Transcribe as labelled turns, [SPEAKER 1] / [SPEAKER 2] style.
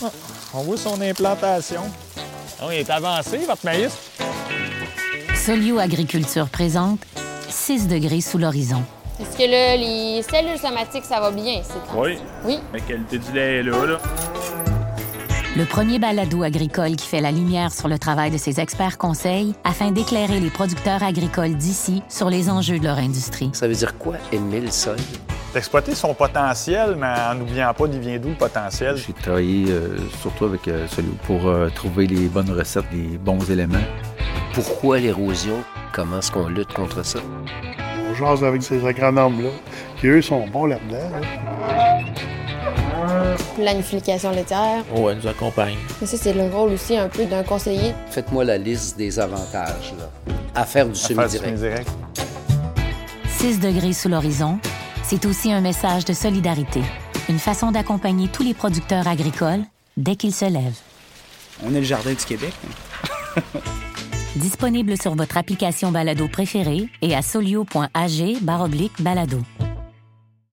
[SPEAKER 1] ça. On voit son implantation. On Ah est avancé, votre maïs.
[SPEAKER 2] Solio Agriculture présente 6 degrés sous l'horizon.
[SPEAKER 3] Est-ce que là, les cellules somatiques, ça va bien? c'est quand-
[SPEAKER 4] Oui,
[SPEAKER 3] Oui.
[SPEAKER 4] la qualité du lait est là, là.
[SPEAKER 2] Le premier balado agricole qui fait la lumière sur le travail de ses experts conseils afin d'éclairer les producteurs agricoles d'ici sur les enjeux de leur industrie.
[SPEAKER 5] Ça veut dire quoi, aimer le sol?
[SPEAKER 1] D'exploiter son potentiel, mais en n'oubliant pas d'où vient d'où le potentiel.
[SPEAKER 6] J'ai travaillé euh, surtout avec euh, Solio pour euh, trouver les bonnes recettes, les bons éléments.
[SPEAKER 5] Pourquoi l'érosion? Comment est-ce qu'on lutte contre ça?
[SPEAKER 7] On jase avec ces agronomes-là, qui eux sont bons là-dedans. là.
[SPEAKER 3] Planification laitière.
[SPEAKER 8] Ouais, elle nous accompagne.
[SPEAKER 3] Mais ça, c'est le rôle aussi un peu d'un conseiller.
[SPEAKER 5] Faites-moi la liste des avantages. Là. À faire du
[SPEAKER 1] Affaire du
[SPEAKER 5] semi-direct.
[SPEAKER 1] semi-direct.
[SPEAKER 2] 6 degrés sous l'horizon, c'est aussi un message de solidarité, une façon d'accompagner tous les producteurs agricoles dès qu'ils se lèvent.
[SPEAKER 9] On est le jardin du Québec. hein.
[SPEAKER 2] Disponible sur votre application balado préférée et à solio.ag/balado.